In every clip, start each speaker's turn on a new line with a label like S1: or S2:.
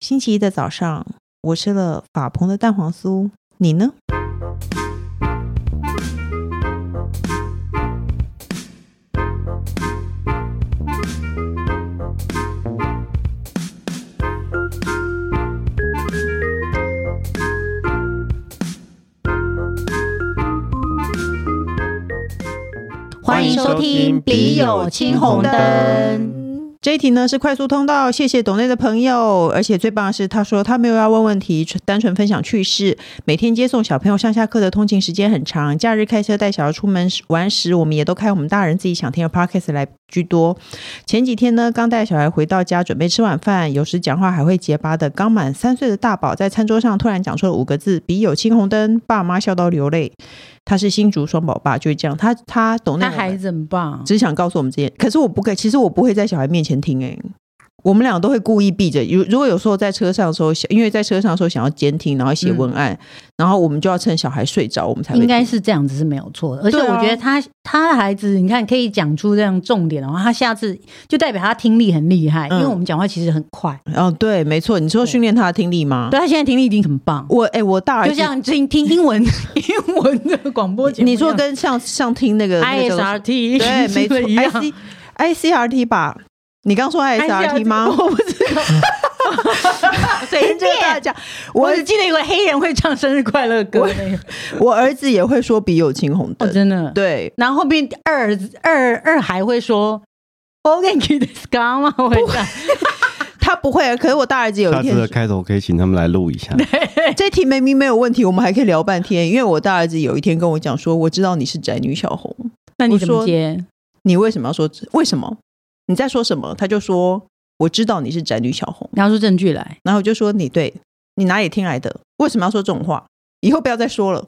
S1: 星期一的早上，我吃了法鹏的蛋黄酥，你呢？
S2: 欢迎收听《笔友青红灯》。
S1: 这一题呢是快速通道，谢谢董内的朋友，而且最棒的是，他说他没有要问问题，纯单纯分享趣事。每天接送小朋友上下课的通勤时间很长，假日开车带小孩出门玩时，我们也都开我们大人自己想听的 podcast 来居多。前几天呢，刚带小孩回到家，准备吃晚饭，有时讲话还会结巴的，刚满三岁的大宝在餐桌上突然讲出了五个字：“笔友青红灯”，爸妈笑到流泪。他是新竹双宝爸，就是这样。他他懂那
S2: 他孩子很棒，
S1: 只想告诉我们这些。可是我不可以，其实我不会在小孩面前听哎、我们俩都会故意避着。如如果有时候在车上的时候，因为在车上的时候想要监听，然后写文案，然后我们就要趁小孩睡着，我们才会
S2: 嗯应该
S1: 听
S2: 是这样子是没有错的。而且
S1: 对啊
S2: 我觉得他他的孩子，你看可以讲出这样重点的话，他下次就代表他听力很厉害，
S1: 嗯
S2: 因为我们讲话其实很快。
S1: 哦，对，没错。你说训练他的听力吗？
S2: 对他现在听力一定很棒，
S1: 我哎、我大儿
S2: 就
S1: 子，
S2: 像听听英文英文的广播节目一样，
S1: 你说跟像像听那个那个叫做
S2: ISRT
S1: 对， 没错哎
S2: 一样。
S1: ，I C I C R T 吧？你刚说 I C R T 吗？
S2: 哎我不知道，
S1: 随便大家，我
S2: 我只记得有个黑人会唱生日快乐歌那个，
S1: 我儿子也会说笔友青红
S2: 哦，
S1: 灯，
S2: 真的。
S1: 对，
S2: 然后后面二二二还会说 o n k i d s k a 吗？我会这样
S1: 他不会，啊可是我大儿子有一
S3: 下次的
S1: 天，
S3: 开头可以请他们来录一下。
S1: 这题明明没有问题，我们还可以聊半天。因为我大儿子有一天跟我讲说，我知道你是宅女小红，
S2: 那你怎
S1: 我
S2: 么
S1: 说
S2: 接？
S1: 你为什么要说为什么？你在说什么？他就说我知道你是宅女小红，
S2: 拿出证据来。
S1: 然后我就说你对你哪里听来的？为什么要说这种话？以后不要再说了。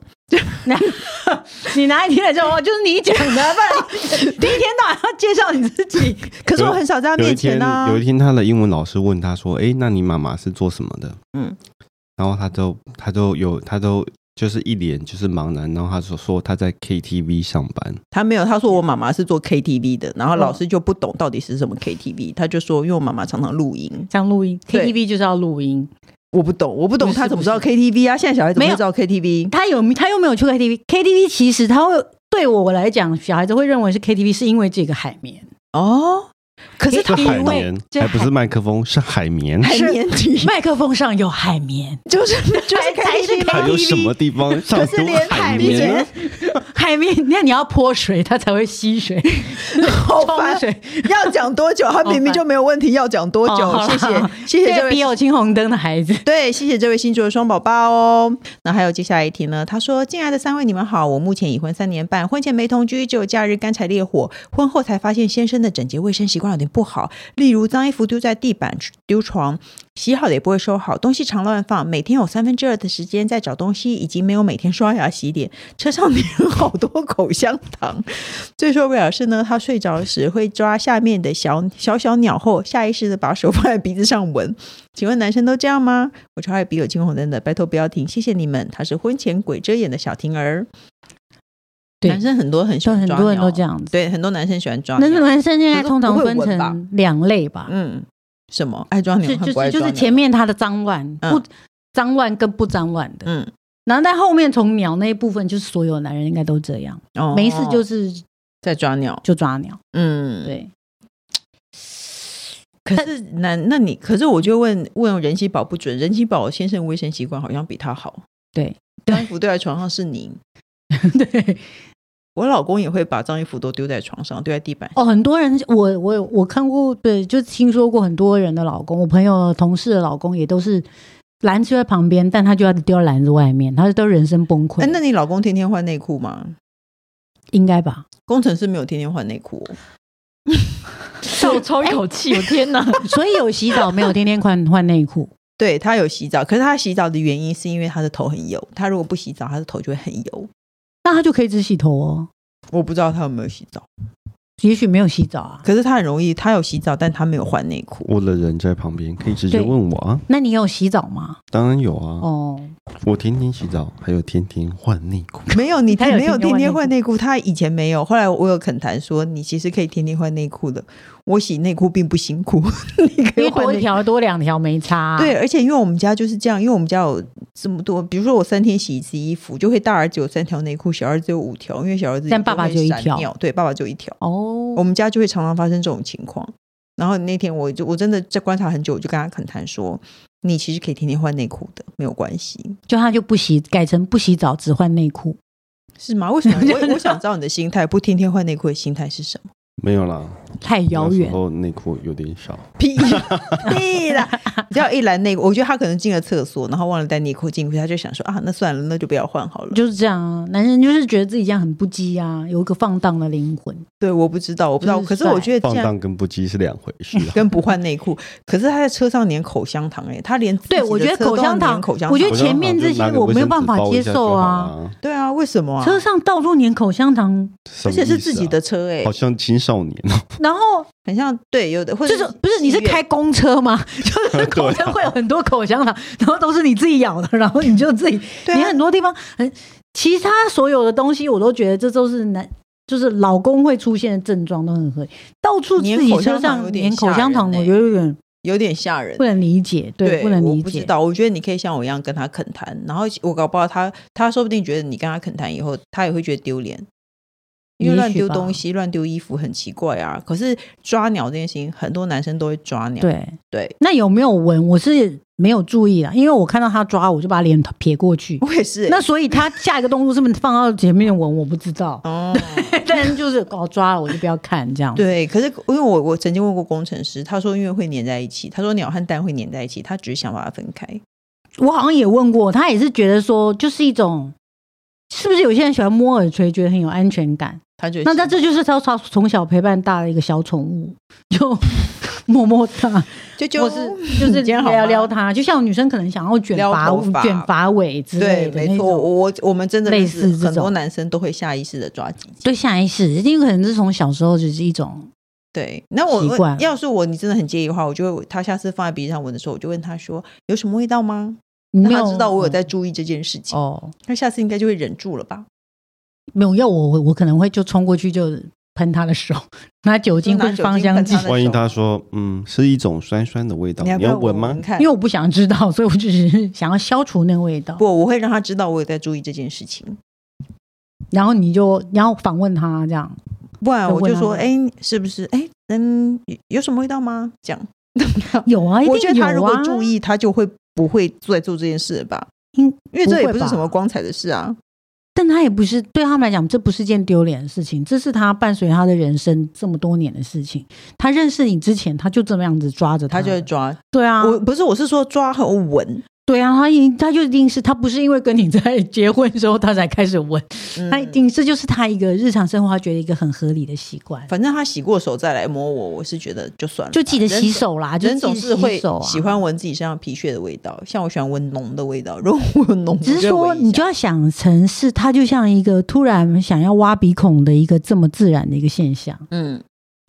S2: 你哪里听得这种话？哦就是你讲的，不然 第一天到晚要介绍你自己。
S1: 可是我很少在他
S3: 有一
S1: 面
S3: 天
S1: 前啊，
S3: 有一天他的英文老师问他说：“哎、那你妈妈是做什么的？”
S1: 嗯
S3: 嗯，然后他都他都有他都就是一脸就是茫然，然后他说说他在 KTV 上班，
S1: 他没有，他说我妈妈是做 KTV 的，然后老
S2: 哦
S1: 师就不懂到底是什么 KTV，他就说因为我妈妈常常录音，
S2: 像录音
S1: 对
S2: ，KTV 就是要录音。
S1: 我不懂，我不懂
S2: 不是
S1: 他怎么
S2: 不
S1: 知道
S2: 是
S1: KTV 啊？现在小孩怎么
S2: 没
S1: 会
S2: 有
S1: 知道 KTV？
S2: 他有他又没有去过 KTV，KTV 其实他会对我来讲，小孩子会认为是 KTV 是因为这个海绵。
S1: 哦，可是他
S3: 是
S2: 因
S3: 海
S2: 为
S3: 绵，
S2: 这
S3: 还不
S2: 海
S3: 是麦克风，是海绵。
S1: 海绵 体
S2: 麦克风上有海绵，
S1: 就是就
S2: 还
S1: 是
S2: 才是
S1: KTV
S3: 还有什么地方上
S1: 可是
S3: 有
S1: 连海
S3: 海
S1: 绵
S3: 绵呢？
S2: 海绵，那你要泼水，它才会吸水，
S1: 好
S2: 冲
S1: 烦，
S2: 水。
S1: 要讲多久？他明明就没有问题，要讲多
S2: 哦
S1: 久？
S2: 好
S1: 谢
S2: 啦好啦
S1: 谢谢谢这
S2: 对，笔
S1: 位。
S2: 有青红灯的孩 子，
S1: 对，谢谢这位新竹的双宝宝哦。那还有接下来一题呢？他说：“敬爱的三位，你们好，我目前已婚三年半，婚前没同居，只有假日干柴烈火。婚后才发现先生的整洁卫生习惯有点不好，例如脏衣服丢在地板、丢床，洗好的也不会收好，东西常乱放，每天有三分之二的时间在找东西，以及没有每天刷牙洗脸，车上粘好多口香糖。 最受不了的是呢，他睡着时会抓下面的小小小鸟后，下意识的把手放在鼻子上闻。请问男生都这样吗？我超爱笔友青红灯的，拜托不要停，谢谢你们。他是婚前鬼遮眼的小婷儿，
S2: 对
S1: 男生很多很喜
S2: 就
S1: 欢
S2: 很
S1: 抓
S2: 多人都
S1: 鸟
S2: 这样子。
S1: 对，很多男生喜欢抓
S2: 男
S1: 鸟
S2: 生男生现在
S1: 可是
S2: 通常
S1: 不会
S2: 分
S1: 闻吧
S2: 成两类吧，
S1: 嗯，什么爱抓鸟
S2: 是
S1: 和
S2: 就
S1: 不爱
S2: 是
S1: 抓
S2: 就
S1: 鸟？
S2: 是前面他的脏乱
S1: 嗯
S2: 不脏乱跟不脏乱的，
S1: 嗯，
S2: 然后但后面从鸟那一部分，就是所有男人应该都这样，
S1: 哦
S2: 没事就是
S1: 在抓鸟。
S2: 就抓鸟，
S1: 嗯，。
S2: 对，
S1: 可是男，那你可是我就问问人气宝不准，人气宝先生卫生习惯好像比他好。
S2: 对，
S1: 脏衣服丢在床上是你，
S2: 对
S1: 我老公也会把脏衣服都丢在床上，丢在地板。
S2: 哦，很多人我我有我看过，对，就听说过很多人的老公，我朋友同事的老公也都是篮子就在旁边，但他就要丢篮子外面，他都人生崩溃，
S1: 哎、那你老公天天换内裤吗？
S2: 应 该吧？
S1: 工程师没有天天换内裤哦、
S4: 让我抽一口气，我天哪！
S2: 所以有洗澡没有天天换换内裤，
S1: 对他有洗澡，可是他洗澡的原因是因为他的头很油，他如果不洗澡，他的头就会很油。
S2: 那他就可以只洗头哦，
S1: 我不知道他有没有洗澡，
S2: 也许没有洗澡啊。
S1: 可是他很容易，他有洗澡，但他没有换内裤。
S3: 我的人在旁边，可以直接
S2: 对
S3: 问我啊。
S2: 那你有洗澡吗？
S3: 当然有啊，
S2: 哦，
S3: 我天天洗澡，还有天天换内裤。
S1: 没有你
S2: 他有
S1: 没有
S2: 天天
S1: 天
S2: 换内
S1: 天
S2: 裤
S1: 换内裤，他以前没有。后来我有恳谈说，你其实可以天天换内裤的。我洗内裤并不辛苦， 你可
S2: 因
S1: 以
S2: 为
S1: 换
S2: 多
S1: 内
S2: 一条啊多两条没差、
S1: 对，，而且因为我们家就是这样，因为我们家有这么多，比如说我三天洗一次衣服，就会大儿子有三条内裤，小儿子有五条，因为小儿子
S2: 但爸爸
S1: 就
S2: 就
S1: 会
S2: 一
S1: 闪
S2: 条
S1: 尿，对，爸爸就一条。我
S2: 哦，
S1: 们家就会常常发生这种情况。然后那天我就我真的在观察很久，我就跟他恳谈说，你其实可以天天换内裤的，没有关 系，
S2: 就他就不洗，改成不洗澡只换内裤。
S1: 是吗？为什么？我我想知道你的心态，不天天换内裤的心态是什么？
S3: 没有啦，
S2: 太遥
S3: 那时
S2: 远，
S3: 候内裤有点少，
S1: 屁屁 啦！只要一拦内裤，我觉得他可能进了厕所，然后忘了带内裤进去，他就想说啊，那算了，那就不要换好了。
S2: 就是这样啊。男人就是觉得自己这样很不羁啊，有一个放荡的灵魂。
S1: 对，我不知道，我不知道。
S2: 就是
S1: 可是我
S2: 帅
S1: 觉得
S3: 放
S1: 这样
S3: 荡跟不羁是两回事啊。
S1: 跟不换内裤，可是他在车上粘口香糖、欸，哎，他连自己
S2: 对
S1: 的
S2: 我觉得
S1: 车都
S2: 口
S1: 要
S2: 香
S1: 粘
S2: 糖
S1: 口香糖，
S2: 我觉得
S3: 我
S2: 前面这些我没有办法接受啊
S3: 啊，
S1: 对啊，为什么啊？
S2: 车上到处粘口香糖，
S3: 什
S1: 而
S3: 么意思
S1: 且
S3: 啊
S1: 是自己的，车、欸，哎、
S3: 好像青少年哦，
S2: 然后
S1: 很像对，有的或者
S2: 就是不是你是
S1: 戏院
S2: 开公车吗？ 就是口
S3: 对啊
S2: 车会有很多口香糖，然后都是你自己咬的，然后你就自己，
S1: 啊对
S2: 你
S1: 啊
S2: 很多地方很其他所有的东西，我都觉得这都是男。就是老公会出现的症状都很合理，到处自己车上
S1: 粘
S2: 粘
S1: 口
S2: 口
S1: 香
S2: 香
S1: 糖
S2: 糖，
S1: 有
S2: 我
S1: 点吓人欸
S2: 觉得有点
S1: 有点吓人
S2: 不。能理解，对，不能
S1: 我
S2: 理
S1: 不知
S2: 解。
S1: 道，我觉得你可以像我一样跟他恳谈，然后我搞不好他他说不定觉得你跟他恳谈以后，他也会觉得丢脸，因为
S2: 也
S1: 乱
S2: 许
S1: 丢
S2: 吧
S1: 东西、乱丢衣服很奇怪啊。可是抓鸟这件事情，很多男生都会抓鸟，
S2: 对
S1: 对，
S2: 那有没有闻？我是没有注意啊，因为我看到他抓，我就把脸撇过去。
S1: 我也是欸、，
S2: 那所以他下一个动作是不是放到前面闻？我不知道
S1: 哦，
S2: 但是就是搞抓了，我就不要看这样。
S1: 对，可是因为我我曾经问过工程师，他说因为会粘在一起，他说鸟和蛋会粘在一起，他只是想把它分开。
S2: 我好像也问过，他也是觉得说，就是一种，是不是有些人喜欢摸耳垂，觉得很有安全感？
S1: 他觉得
S2: 那他这就是他从从小陪伴大的一个小宠物，就 摸摸它，
S1: 就 就
S2: 或是就是
S1: 你今天好吗
S2: 撩撩它，就像女生可能想要卷
S1: 撩
S2: 发
S1: 头发
S2: 卷发尾之类
S1: 对，
S2: 的
S1: 没
S2: 那
S1: 错，
S2: 种。
S1: 我我我们真的
S2: 类
S1: 就是
S2: 似这
S1: 很多
S2: 种
S1: 男生都会下意识的抓鸡鸡。
S2: 对下意识，因为可能是从小时候就是一种
S1: 对，那我
S2: 习
S1: 我
S2: 惯
S1: 要是我你真的很介意的话，我就会他下次放在鼻子上闻的时候，我就问他说有什么味道吗？
S2: 你
S1: 那
S2: 没
S1: 他
S2: 有嗯
S1: 知道我有在注意这件事情，
S2: 哦，
S1: 那下次应该就会忍住了吧？
S2: 没有要我我我可能会就冲过去就喷他的手， 拿酒精
S1: 就拿酒
S2: 或者
S1: 精
S2: 芳香剂
S1: 喷，他的
S3: 万一他说嗯是一种酸酸的味道，
S1: 要
S3: 哦你
S1: 不要
S3: 闻吗
S1: 闻？看？
S2: 因为我不想知道，所以我只是想要消除那个味道。
S1: 不，我会让他知道我有在注意这件事情，
S2: 然后你就然后反问他这样，
S1: 不然
S2: 就
S1: 我
S2: 问
S1: 就
S2: 他
S1: 说，
S2: 吗
S1: 哎，是不是？哎，嗯，有有什么味道吗？这样，
S2: 有啊，一
S1: 我觉
S2: 定
S1: 得
S2: 有
S1: 他如果
S2: 啊
S1: 注，意，他就会不会再做这件事了吧？
S2: 因
S1: 因为这也不
S2: 不会
S1: 是
S2: 吧
S1: 什么光彩的事啊。
S2: 但他也不是对他们来讲，这不是件丢脸的事情，这是他伴随他的人生这么多年的事情。他认识你之前，他就这么样子抓着
S1: 他就
S2: 了
S1: 会抓，
S2: 对啊，
S1: 我不是我是说抓和闻，
S2: 对啊，他一他就一定是他不是因为跟你在结婚之后他才开始闻，
S1: 嗯
S2: 他一定这就是他一个日常生活他觉得一个很合理的习惯，
S1: 反正他洗过手再来摸我，我是觉得就算了，
S2: 就记得洗。手啦，啊就
S1: 人
S2: 记得
S1: 总是
S2: 洗
S1: 会
S2: 手啊。
S1: 喜欢闻自己身上皮屑的味道，像我喜欢闻浓的味道。如果我有浓，
S2: 只
S1: 我
S2: 是
S1: 就会
S2: 说，
S1: 闻一下
S2: 你就要想成是他就像一个突然想要挖鼻孔的一个这么自然的一个现象，
S1: 嗯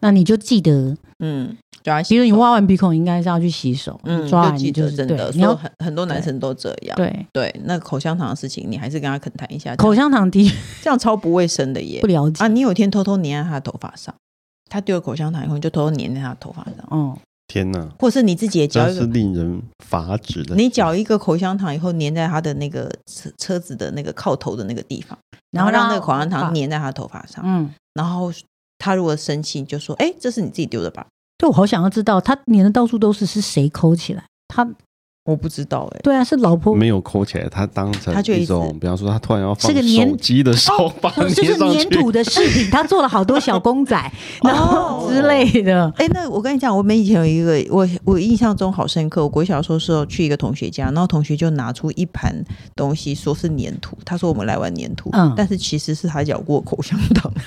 S2: 那你就记得，
S1: 嗯，抓洗
S2: 比如你挖完鼻孔，应该是要去洗手，
S1: 嗯，
S2: 抓
S1: 就
S2: 完
S1: 记
S2: 你就
S1: 得
S2: 是
S1: 真
S2: 对
S1: 的，，
S2: 你
S1: 所以
S2: 要
S1: 很很多男生都这样。
S2: 对
S1: 对，那口香糖的事情，你还是跟他恳谈一下，
S2: 口香糖的确
S1: 这样超不卫生的耶
S2: 不。了解
S1: 啊，，你有一天偷偷粘在他的头发上，他丢了口香糖以后，你就偷偷粘在他的头发上，
S2: 嗯，
S3: 天哪，
S1: 或是你自己也嚼
S3: 真
S1: 一
S3: 是
S1: 个
S3: 令人发指的。
S1: 你搅一个口香糖以后，粘在他的那个车车子的那个靠头的那个地方，然后让那个口香糖
S2: 你，
S1: 粘在他头发上，
S2: 嗯，
S1: 然后他如果生气，你就说：“哎、这是你自己丢的吧
S2: 对我好想要知道他粘的到处都是是谁抠起来，他？”
S1: 我不知道哎、
S2: 对啊是老婆
S3: 没有抠起来，它当成
S1: 它就一
S3: 一
S1: 直
S3: 种，比方说，它突然要放
S2: 是个粘
S3: 手 机的手把它
S2: 哦就
S3: 粘
S2: 是
S3: 上
S2: 粘
S3: 去
S2: 土，的饰品，他做了好多小公仔，然后
S1: 哦
S2: 之类的。
S1: 哎、那我跟你讲，我们以前有一个，我我印象中好深刻。我国小时候时候去一个同学家，然后同学就拿出一盘东西，说是粘土，他说我们来玩粘土，
S2: 嗯
S1: 但是其实是他咬过口香糖。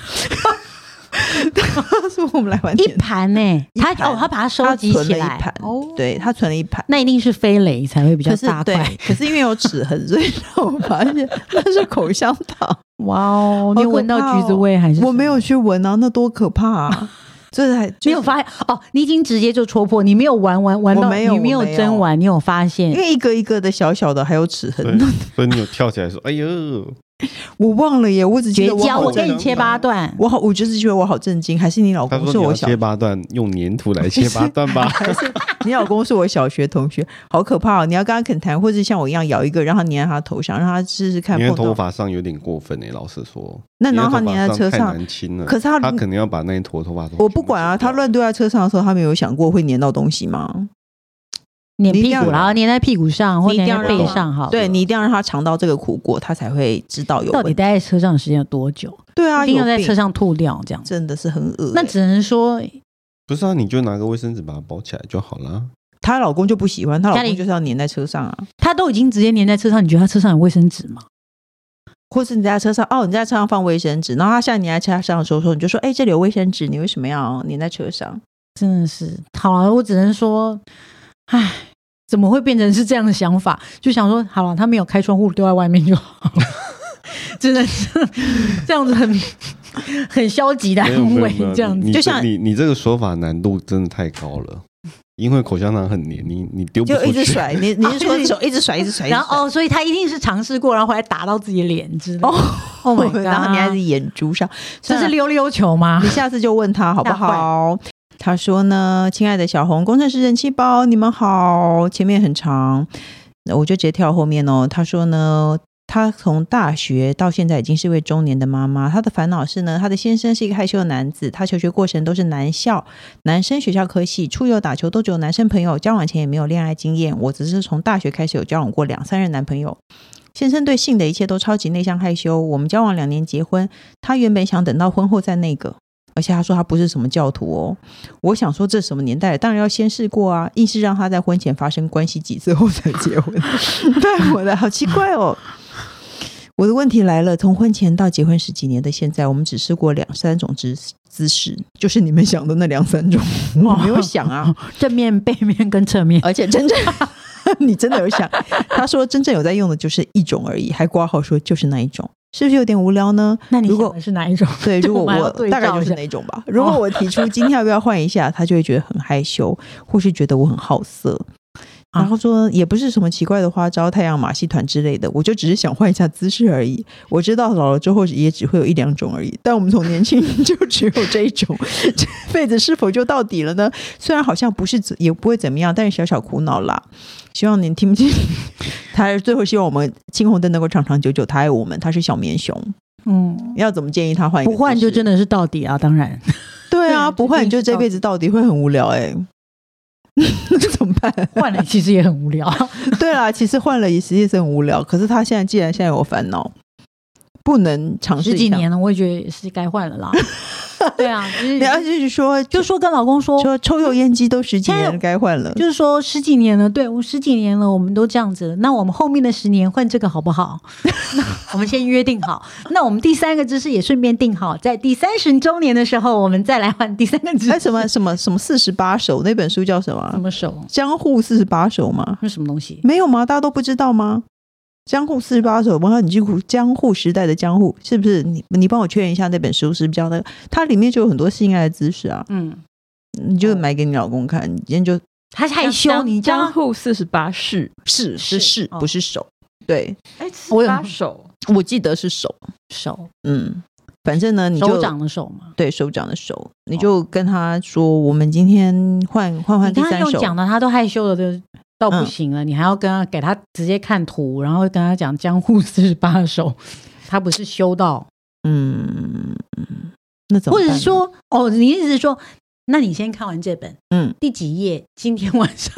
S1: 他说我们来玩
S2: 一
S1: 粘土，
S2: 盘呢、
S1: 一
S2: 他
S1: 盘
S2: 哦，他把它收
S1: 他
S2: 集
S1: 存
S2: 起
S1: 了一
S2: 来，
S1: 盘，
S2: 哦，
S1: 对他存了一盘。
S2: 那一定是飞雷才会比较
S1: 可是
S2: 大
S1: 对
S2: 块。，
S1: 可是因为有齿痕，所以让我发现那是口香糖。
S2: 哇哦，你有闻到橘子味还是？
S1: 我没有，去闻啊，那多可怕啊！这还
S2: 你
S1: 就
S2: 有发现哦？你已经直接就戳破，你没有玩玩玩
S1: 我
S2: 到
S1: 没有
S2: 你没
S1: 我
S2: 有
S1: 没有
S2: 真玩，你有发现
S1: 因？为一个一个的小小的还有齿痕
S3: 对，所以你有跳起来说：“哎呦
S1: 我忘了耶，我只记
S2: 绝
S1: 得我
S2: 交！
S1: 好
S2: 我
S1: 震
S2: 跟
S1: 惊
S2: 你切八段，
S1: 我好，我就是觉得我好震惊，还是你老！”
S3: 他
S1: 公
S3: 说：“
S1: 哦是
S3: 你
S1: 我
S3: 要
S1: 小
S3: 切八段，用粘土来切八段 吧。
S1: 还是你老公是我小学同学，好可怕哦！你要跟他恳谈，或者像我一样咬一个，让他粘在他头上，让他试试”看
S3: 因
S1: 碰
S3: 为
S1: 到
S3: 头。发上有点过分诶，欸老实说，
S1: 那
S3: 你的
S1: 然后
S3: 头
S1: 他
S3: 发
S1: 粘在车
S3: 太
S1: 上，
S3: 难清了。
S1: 可是他
S3: 他肯定要把那一坨头发都
S1: 我不管啊，
S3: 全
S1: 他
S3: 部剪掉
S1: 乱丢在车上的时候，他没有想过会粘到东西吗？
S2: 粘
S1: 你一定
S2: 屁
S1: 要
S2: 股，然后粘在屁股上或
S1: 你一
S2: 粘
S1: 定要
S2: 在背
S1: 让他
S2: 上，好。
S1: 对你一定要啊让他尝到这个苦果，他才会知道有
S2: 到底
S1: 问题。
S2: 待在车上的时间有多久？
S1: 对啊，
S2: 一定要
S1: 有
S2: 在
S1: 病
S2: 车上吐掉这样。
S1: 真的是很恶、
S2: 那
S1: 欸
S2: 只能说
S3: 不是啊，你就拿个卫生纸把它包起来就好啊啦。
S1: 她老公就不喜欢，她老
S2: 家里
S1: 公就是要粘在车上啊，
S2: 他都已经直接粘在车上，你觉得他车上有卫生纸吗？
S1: 或是你在车上哦，你在车上放卫生纸，然后他下你在车上的时候说，你就说，哎、这里有卫生纸，你为什么要粘在车上？
S2: 真的是，好了，我只能说，唉，怎么会变成是这样的想法？就想说，好了，他没有开窗户，丢在外面就好了。 真的是这样子很，很消极的
S3: 没有
S2: 安
S3: 没有
S2: 慰
S3: 没有，，
S2: 这样
S3: 你
S2: 子
S3: 你
S1: 就像
S3: 你你这个说法难度真的太高了，因为口香糖很黏，你你丢不
S1: 就
S3: 出
S1: 一直
S3: 去。
S1: 甩，你你是说
S2: 哦一直
S1: 手一直甩，一直甩，一直 甩
S2: 然后哦，所以他一定是尝试过，然后回来打到自己的脸之类的。
S1: 哦
S2: oh my god！
S1: 然后你还是眼珠上，
S2: 这
S1: 算
S2: 是
S1: 了
S2: 溜溜球吗
S1: 你？下次就问他好不好？他说呢，亲爱的小红工程师人气包，你们好，前面很长，那我就直接跳后面哦。他说呢。她从大学到现在已经是位中年的妈妈，她的烦恼是呢，她的先生是一个害羞的男子，她求学过程都是男校、男生学校科系，出游打球都只有男生朋友，交往前也没有恋爱经验。我只是从大学开始有交往过两三任男朋友，先生对性的一切都超级内向害羞。我们交往两年结婚，他原本想等到婚后再那个，而且他说他不是什么教徒哦。我想说这什么年代了，当然要先试过啊，硬是让他在婚前发生关系几次后才结婚， 对我的好奇怪哦。我的问题来了，从婚前到结婚十几年的现在，我们只试过两三种姿姿势，就是你们想的那两三种，我没有想啊。
S2: 正面、背面跟侧面，
S1: 而且真正 你真的有想，他说真正有在用的就是一种而已，还挂号说就是那一种，是不是有点无聊呢？
S2: 那你
S1: 如
S2: 想
S1: 果
S2: 的是哪一种？
S1: 对，
S2: 就
S1: 如果
S2: 我们还要
S1: 我
S2: 对
S1: 大概
S2: 照
S1: 就
S2: 一
S1: 是
S2: 下哦
S1: 那一种吧。如果我提出今天要不要换一下，他就会觉得很害羞，或是觉得我很好色。
S2: 啊
S1: 然后说也不是什么奇怪的花招、太阳马戏团之类的，我就只是想换一下姿势而已。我知道老了之后也只会有一两种而已，但我们从年轻 就只有这一种，这辈子是否就到底了呢？虽然好像不是怎也不会怎么样，但是小小苦恼啦。希望您听不见，他最后希望我们青红灯能够长长久久，他爱我们，他是小绵熊。
S2: 嗯，
S1: 要怎么建议他换一个
S2: 不
S1: 姿势？
S2: 换就真的是到底啊！当然，
S1: 对啊，
S2: 对
S1: 不换你就
S2: 就一直
S1: 这辈子到底会很无聊哎、那 怎么办？
S2: 换了其实也很无聊。
S1: 对啦，其实换了也实际是很无聊，可是他现在既然现在有烦恼，不能尝试
S2: 十
S1: 一下
S2: 几，年了，我也觉得也是该换了 啦。对啊，就是
S1: 你要就是说
S2: 就说跟老公说，
S1: 说抽油烟机都十几年了，
S2: 现
S1: 该换了。
S2: 就是说十几年了，对我十几年了，我们都这样子了，那我们后面的十年换这个好不好？ 那我们先约定好，那我们第三个姿势也顺便定好，在第三十周年的时候，我们再来换第三个姿
S1: 哎，
S2: 势。
S1: 什么什么什么四十八首那本书叫什么
S2: 什
S1: 啊？
S2: 么手？
S1: 江户四十八首吗？
S2: 那什么东西？
S1: 没有吗？大家都不知道吗？江户四十八首，我让你去古江户时代的江户，是不是？你你帮我确认一下那本书是不是叫那个？它里面就有很多性爱的知识啊，
S2: 嗯，
S1: 你就买给你老公看，你今天就
S2: 他害羞，
S4: 江
S2: 你知道
S4: 江？户四十八式，
S1: 是是
S2: 是
S1: 是，
S2: 哦
S1: 不是手。对，
S4: 哎，
S2: 我有
S4: 八手，
S1: 我记得是手。
S2: 手
S1: 嗯，反正呢，你就
S2: 手掌的手嘛。
S1: 对手掌的手，你就跟他说，我们今天换换换
S2: 你
S1: 第
S2: 刚刚
S1: 三
S2: 用
S1: 手。
S2: 讲的，他都害羞了，就到不
S1: 嗯
S2: 行了。你还要跟他给他直接看图，然后跟他讲江户四十八手，他不是修到，
S1: 嗯，那怎么
S2: 或
S1: 办呢？
S2: 者说哦，你意思是说，那你先看完这本
S1: 嗯，
S2: 第几页？今天晚上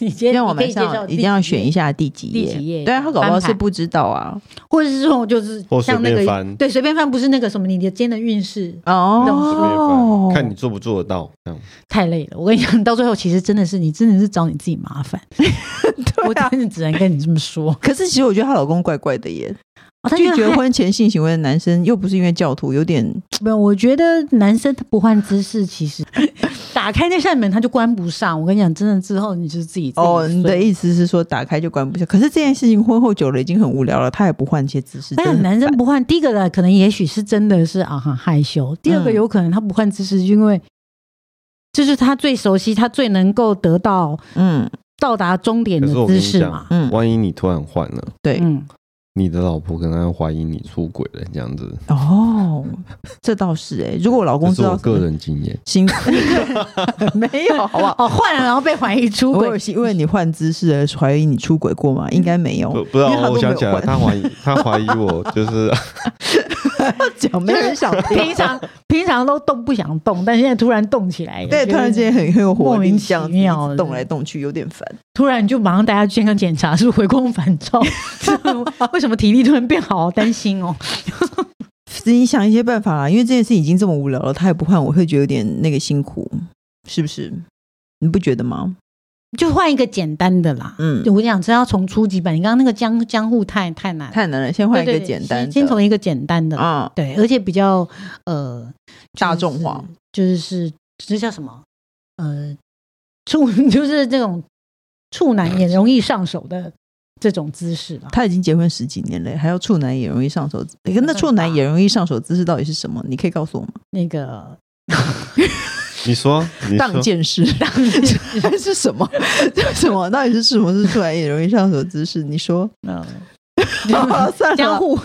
S2: 你今
S1: 今
S2: 天
S1: 天我
S2: 你可
S1: 们
S2: 以介绍
S1: 上一定要选一
S2: 下，
S1: 下第几页。
S2: 第几页
S1: 对啊，他搞不好
S2: 翻牌
S1: 是不知道啊。
S2: 或者是说就是
S3: 或随
S2: 像那
S3: 便
S2: 个
S3: 翻，
S2: 对随便翻，不是那个什么你的今天的运势
S3: 随便
S1: 哦
S3: 翻，，看你做不做得到。这样
S2: 太累了。我跟你讲，到最后其实真的是你真的是找你自己麻 烦，我
S1: 对啊。
S2: 真的只能跟你这么说。
S1: 可是其实我觉得她老公怪怪的耶，
S2: 哦、他
S1: 拒绝
S2: 还
S1: 婚前性行为的男生又不是因为教徒，有点
S2: 没有，我觉得男生他不换姿势，其 实打开那扇门他就关不上。我跟你讲，真的之后你就是自己
S1: 哦，你的
S2: 思？
S1: 意思是说打开就关不下？可是这件事情婚后久了已经很无聊了，他也不换一些姿势。
S2: 哎呀，
S1: 真的很
S2: 男生
S1: 烦
S2: 不换，第一个呢，可能也许是真的是啊很害羞；第二个
S1: 嗯
S2: 有可能他不换姿势，就因为这是他最熟悉，他最能够得到
S1: 嗯，
S2: 到达终点
S3: 可
S2: 的
S3: 是我跟
S2: 姿
S3: 你
S2: 势
S3: 讲
S2: 嘛，。
S1: 嗯
S3: 万一你突然换了，
S1: 对
S2: 嗯，
S3: 你的老婆可能会怀疑你出轨了，这样子。
S1: 哦，这倒是哎、如果我老公
S3: 这
S1: 知
S3: 是我
S1: 道
S3: 个人经验。
S1: 心， 没有好不好？
S2: 哦，换了然后被怀疑出
S1: 我
S2: 轨
S1: 有，因为你换姿势而怀疑你出轨过吗？应该没
S2: 哦
S1: 有，
S3: 不不知道哦
S1: 因为他，都
S3: 我想起
S1: 没有
S3: 来，
S1: 换
S3: 他怀疑，他怀疑我，就是
S1: 讲没人 想听。
S2: 平常平常都动不想动，但现在突然动起来，
S1: 对，
S2: 就
S1: 突然间很很有活
S2: 莫
S1: 力，
S2: 名
S1: 这样子
S2: 其妙
S1: 一直
S2: 的
S1: 动来动去，有点烦。
S2: 突然就马上带他去健康检查，是不是回光返 照？是为什么体力突然变好？担心哦，
S1: 自己想一些办法啦，啊因为这件事已经这么无聊了，他也不换，我会觉得有点那个辛苦，是不是？你不觉得吗？
S2: 就换一个简单的啦。
S1: 嗯，
S2: 我讲真要从初级版，你刚刚那个江江户太太难了，
S1: 太难了，先换一
S2: 对
S1: 个
S2: 对
S1: 简单的，
S2: 先先从一个简单的，
S1: 啊，
S2: 对，而且比较呃
S1: 大众化，
S2: 就是是这叫什么？呃，处 就是这种处男也容易上手的这种姿势啦。
S1: 他已经结婚十几年了，还要处男也容易上手，诶那处男也容易上手姿势到底是什么？你可以告诉我吗？
S2: 那 个
S3: 你说，你
S1: 当
S3: 说，
S1: 剑士还是什 么？这是什么？到底是什么是处男也容易上手姿势？你说？
S2: 呃
S1: 好了 算了
S2: 江户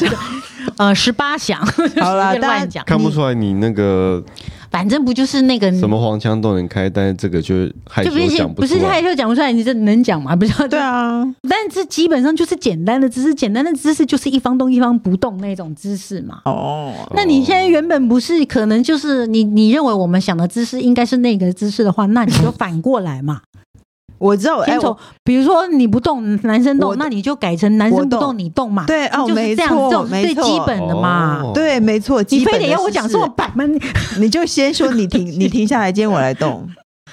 S2: 呃十八响，
S1: 好啦
S2: 随
S1: 大家
S2: 便乱讲，
S3: 看不出来你那个
S2: 反正不就是那个
S3: 什么黄腔都能开，但是这个就害
S2: 就
S3: 羞
S2: 不是
S3: 讲
S2: 不
S3: 出
S2: 是害
S3: 来。
S2: 羞讲不出来，你这能讲吗？不知道
S1: 对啊，
S2: 但这基本上就是简单的姿势，简单的姿势就是一方动一方不动那种姿势嘛。
S1: 哦，
S2: 那你现在原本不是，可能就是你你认为我们想的姿势应该是那个姿势的话，那你就反过来嘛。
S1: 我知道， 哎、
S2: 先从
S1: 我
S2: 比如说你不动，男生
S1: 我
S2: 动，那你就改成男
S1: 我
S2: 生不
S1: 动
S2: 动，你动嘛。
S1: 对哦，
S2: 就是
S1: 没
S2: 这样，这
S1: 错，
S2: 种
S1: 没
S2: 最
S1: 错，
S2: 基本的嘛
S3: 哦。
S1: 对，没错，
S2: 你
S1: 基本
S2: 非
S1: 的
S2: 得要我讲
S1: 是
S2: 这么板吗？
S1: 你就先说你 停，你停下来，今天我来动。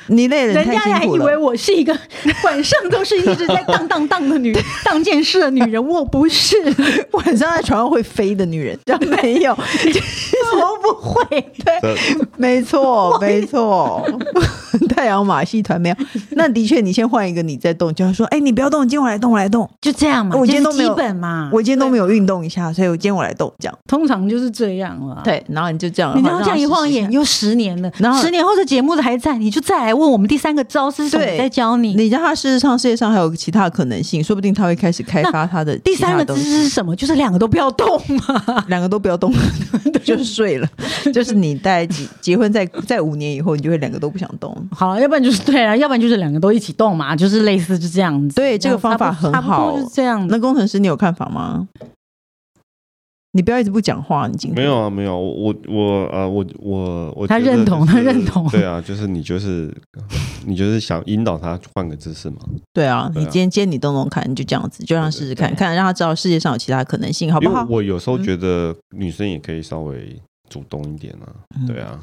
S1: 你累了，
S2: 人
S1: 你
S2: 家
S1: 太
S2: 还
S1: 辛苦
S2: 以为
S1: 了。
S2: 我是一个 晚上都是一直在荡荡荡的女 荡剑士的女人，我不是，
S1: 晚上在床上会飞的女人，这样没 有，
S2: 我不会。
S3: 这
S1: 没错， 没错。 太阳马戏团没有，那的确，你先换一个，你再动，就要说，哎、你不要动，今天我来动，我来动。
S2: 就这样嘛，
S1: 我今天
S2: 这是
S1: 都没有
S2: 基本嘛，
S1: 我今天都没有运动一下，所以我今天我来动，这样。
S2: 通常就是这样了。。
S1: 对，然后你就这样，
S2: 你然
S1: 然后
S2: 后这样一晃眼又十年了，
S1: 然后
S2: 十年后的节目都还在，你就再来问我们第三个招式是什么
S1: 对
S2: 再教你。
S1: 你让他事实上世界上还有其他的可能性，说不定他会开始开发他的
S2: 第
S1: 其他
S2: 三个啊
S1: 东
S2: 姿
S1: 西
S2: 势是什么？就是两个都不 要动嘛。
S1: 两个都不要动， 就是睡 了。就是你在结结婚在在五年以后，你就会两个都不想动。
S2: 好，要不然就是对啊，要不然就是两个都一起动嘛，就是类似就这样子。
S1: 对这个方法
S2: 差不多
S1: 很好
S2: 差不多就是这样子。
S1: 那工程师，你有看法吗？你不要一直不讲话，你今天
S3: 没有啊，没有啊，我我我呃，我我我
S2: 他
S3: 觉得
S2: 认同
S3: 就是
S2: 他认同
S3: 对啊，就是你就是你就是想引导他换个姿势嘛，
S1: 对啊，
S3: 对
S1: 你
S3: 啊
S1: 今天今天你动动看，你就这样子，就让他试试看
S2: 对
S1: 看，让他知道世界上有其他可能性，好不
S3: 因为
S1: 好？
S3: 我有时候
S1: 嗯
S3: 觉得女生也可以稍微主动一点啊，
S1: 嗯
S3: 对啊，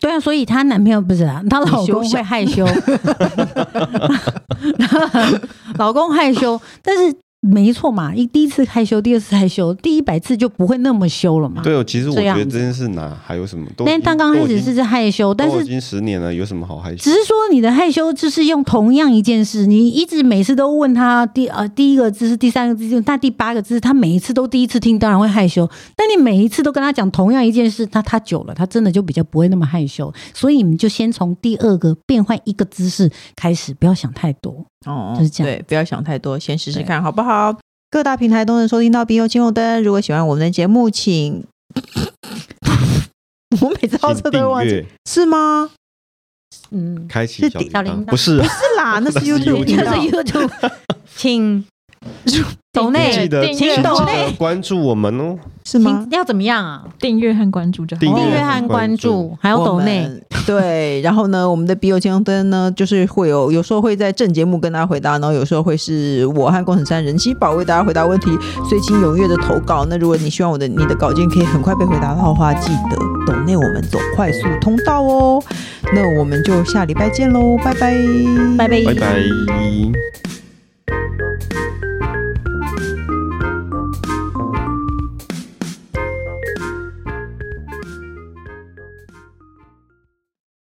S2: 对啊，所以她男朋友不是啊，她老
S1: 你休
S2: 公
S1: 想
S2: 会害羞，老公害羞，但是没错嘛，一第一次害羞，第二次害羞，第一百次就不会那么羞了嘛。
S3: 对哦，其实我
S2: 这
S3: 觉
S2: 样
S3: 得
S2: 子
S3: 这件事哪还有什么，都已
S2: 但
S3: 经
S2: 但刚开
S3: 都已
S2: 始
S3: 经
S2: 是害羞，但
S3: 都已
S2: 是
S3: 经十年了，有什么好害羞
S2: 只？是说你的害羞就是用同样一件事，你一直每次都问他第呃第一个姿势、第三个姿势，那第八个姿势，他每一次都第一次听，当然会害羞。但你每一次都跟他讲同样一件事，他他久了，他真的就比较不会那么害羞。所以你们就先从第二个变换一个姿势开始，不要想太多。
S1: 哦，
S2: 就是这样
S1: 对，不要想太多，先试试看，好不好？各大平台都能收听到《冰用青红灯》。如果喜欢我们的节目， 请我每次到
S3: 请
S1: 这都会
S3: 订
S1: 忘记，
S3: 阅，
S1: 是吗？
S2: 嗯，
S3: 开
S1: 是
S3: 启小
S1: 订
S3: 铃
S2: 小铃铛
S3: 铛，不是
S1: 不
S3: 啊
S1: 是啦，那是
S3: 那是
S1: YouTube
S2: 你
S3: 我 YouTube
S1: 频
S2: 这
S3: 知
S2: 是
S1: 道。
S2: YouTube，请抖
S4: 内
S3: 记
S2: 内
S3: 得
S4: 订
S3: 请
S4: 阅
S3: 记
S2: 抖
S3: 得
S2: 内
S3: 关注我们哦，
S1: 是吗？
S2: 要怎么样啊？
S4: 订阅和关注就好。
S3: 订
S2: 订阅
S3: 和
S2: 和
S3: 关
S2: 关
S3: 注
S2: 注，还有
S1: 我
S2: 抖内。
S1: 们 对，然后呢，我们的笔友金融灯呢，就是会有有时候会在正节目跟大家回答，然后有时候会是我和工程山人气宝为大家回答问题，所以请踊跃的投稿。那如果你希望我的你的稿件可以很快被回答到的话，记得抖内我们走快速通道哦。那我们就下礼拜见喽，拜拜，
S2: 拜拜
S3: 拜拜。